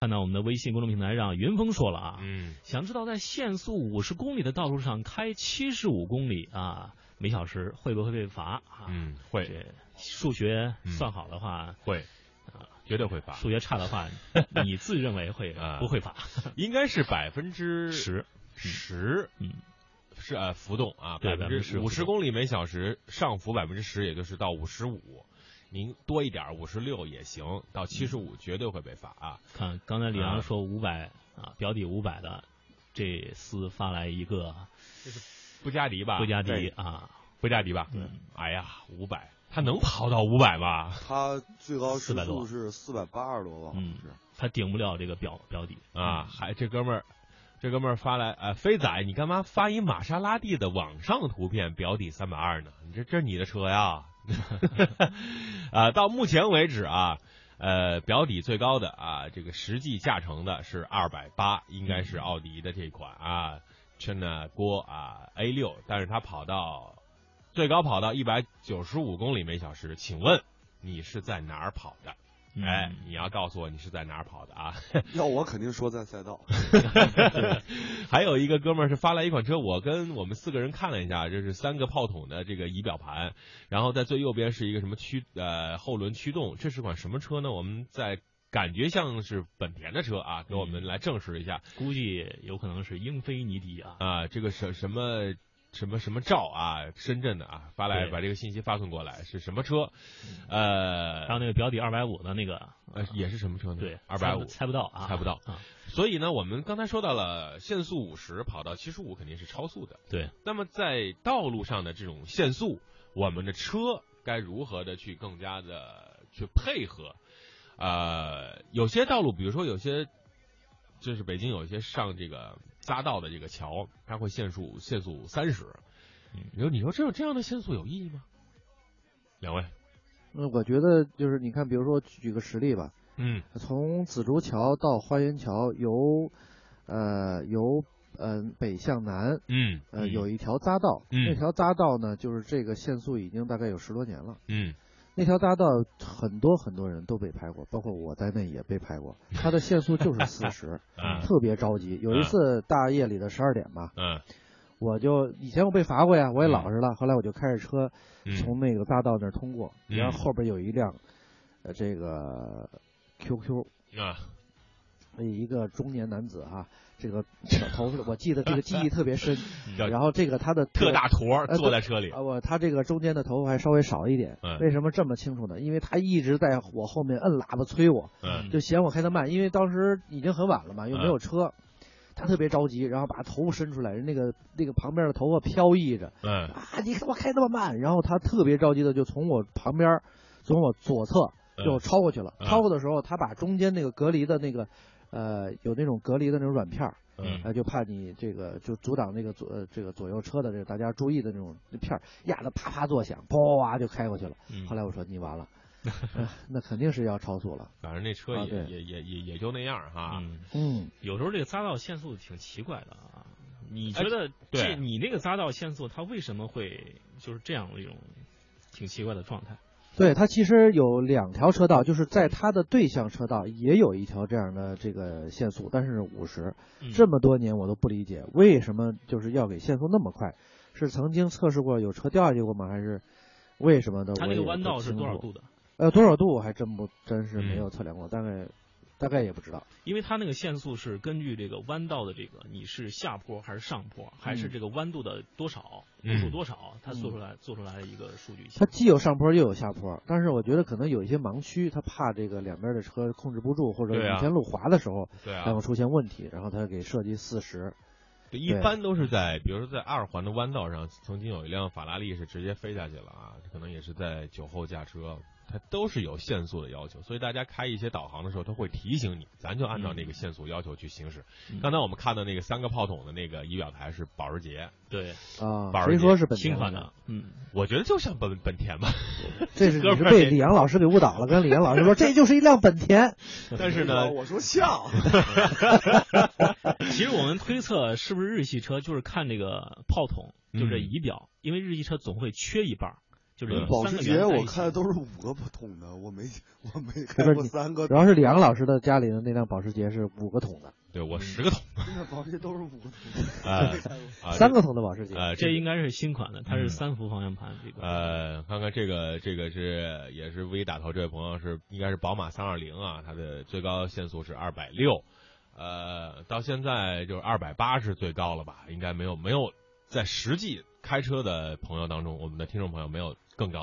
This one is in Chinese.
看到我们的微信公众平台上，云峰说了啊，嗯，想知道在限速五十公里的道路上开七十五公里啊每小时会不会被罚啊？嗯，会这数学嗯算好的话，会，绝对会罚，数学差的 话，你自认为会啊不会罚？应该呃是百分之十，十嗯，是呃浮动啊，对百分之百分五之十十公里每小时上浮百分之十，也就是到五十五。您多一点，五十六也行，到七十五绝对会被罚啊！看刚才李阳啊说五百啊，表弟五百的，这厮发来一个布加迪吧，布加迪对啊，布加迪吧，对，哎呀，五百，他能跑到五百吗？它最高时400多速是四百八十多吧，好像嗯是。，他顶不了这个表表弟啊，还这哥们儿，这哥们儿发来，呃，飞仔，你干嘛发一玛莎拉蒂的网上图片，表底三百二呢？你这这是你的车呀？ 啊，到目前为止啊，呃，表底最高的啊，这个实际驾乘的是二百八，应该是奥迪的这款啊，趁呢锅啊 A 六，但是它跑到最高跑到一百九十五公里每小时，请问你是在哪儿跑的？嗯哎，你要告诉我你是在哪儿跑的啊？ 要我肯定说在赛道， 还有一个哥们儿是发来一款车，我跟我们四个人看了一下，这是三个炮筒的这个仪表盘，然后在最右边是一个什么驱呃后轮驱动，这是款什么车呢？我们在感觉像是本田的车 啊，给我们来证实一下估计有可能是英菲尼迪啊，啊、这个什什么。什么什么照啊，深圳的啊，发来对把这个信息发送过来是什么车？呃还有，那个表弟二百五的那个，呃也是什么车呢？嗯对，二百猜不五，猜不到啊，猜不到啊，所以呢，我们刚才说到了限速五十，跑到七十五肯定是超速的。对，那么在道路上的这种限速，我们的车该如何的去更加的去配合？呃，有些道路，比如说有些，就是北京有一些上这个匝道的这个桥，它会限速限速三十。嗯你说你说这种这样的限速有意义吗？两位，嗯，我觉得就是你看，比如说举个实例吧，嗯从紫竹桥到花园桥，由呃由呃北向南，嗯呃有一条匝道，嗯那条匝道呢，就是这个限速已经大概有十多年了。嗯，那条匝道很多很多人都被拍过，包括我在内也被拍过。它的限速就是四十 啊特别着急。有一次大夜里的十二点吧，嗯我就以前我被罚过呀，我也老实了。后来我就开着车嗯从那个匝道那儿通过，嗯然后后边有一辆，呃，这个 QQ 啊一个中年男子哈、这个小头发，我记得 这个记忆特别深。叫然后这个他的嗯特大坨儿呃坐在车里啊，，我他这个中间的头发还稍微少一点嗯。为什么这么清楚呢？因为他一直在我后面摁喇叭催我，嗯就嫌我开得慢，因为当时已经很晚了嘛，又没有车。他特别着急，然后把头发伸出来，那个那个旁边的头发飘逸着嗯啊！你看我开那么慢，然后他特别着急的就从我旁边，从我左侧嗯就超过去了。嗯超过的时候，他把中间那个隔离的那个，呃，有那种隔离的那种软片儿，嗯啊，就怕你这个就阻挡那个左呃这个左右车的这个大家注意的那种片儿，压得啪啪作响，哗哇就开过去了。嗯后来我说你完了， 呃那肯定是要超速了。反正那车啊也、对也也也也就那样儿哈。嗯嗯，有时候这个匝道限速挺奇怪的啊。你觉得哎对这你那个匝道限速，它为什么会就是这样的一种挺奇怪的状态？对，它其实有两条车道，就是在它的对向车道也有一条这样的这个限速，但是五十。嗯这么多年我都不理解为什么就是要给限速那么快，是曾经测试过有车掉下去过吗？还是为什么的？它我那也个不弯道是清多少楚度的？呃，多少度我还真不真是没嗯有测量过，大概大概也不知道。因为它那个限速是根据这个弯道的这个你是下坡还是上坡，还嗯是这个弯度的多少嗯度数多少，它做出来做出来一个数据。它既有上坡又有下坡，但是我觉得可能有一些盲区，他怕这个两边的车控制不住，或者对啊雨天路滑的时候，对啊然，后出现问题，然后他给设计四十。对，一对般都是在，比如说在二环的弯道上，曾经有一辆法拉利是直接飞下去了啊，可能也是在酒后驾车，它都是有限速的要求，所以大家开一些导航的时候，它会提醒你，咱就按照那个限速要求去行驶。嗯刚才我们看到那个三个炮筒的那个仪表台是保时捷，对，啊板，儿姐谁说是本新田款？的，嗯，我觉得就像本本田吧，这是哥你是们儿被这李阳老师给误导了，跟李阳老 师说这就是一辆本田。但是呢，我说 像，其实我们推测是不是日系车，就是看这个炮筒，就这仪表，因为日系车总会缺一半儿，就是有嗯 保三时个圆捷在我一起看都是五个不同的，我没我没开过你三个。主要是李阳老师的家里的那辆保时捷是五个桶的，对我十个桶真的保时捷都是五个同的啊没开过啊，三个桶的保时捷。呃这应该是新款的，它嗯是三幅方向盘这个。呃，看看这个，这个是也是 V 打头这位朋友是应该是宝马三二零啊，它的最高限速是二百六，呃，到现在就是二百八是最高了吧？应该没有没有在实际开车的朋友当中，我们的听众朋友没有更高的。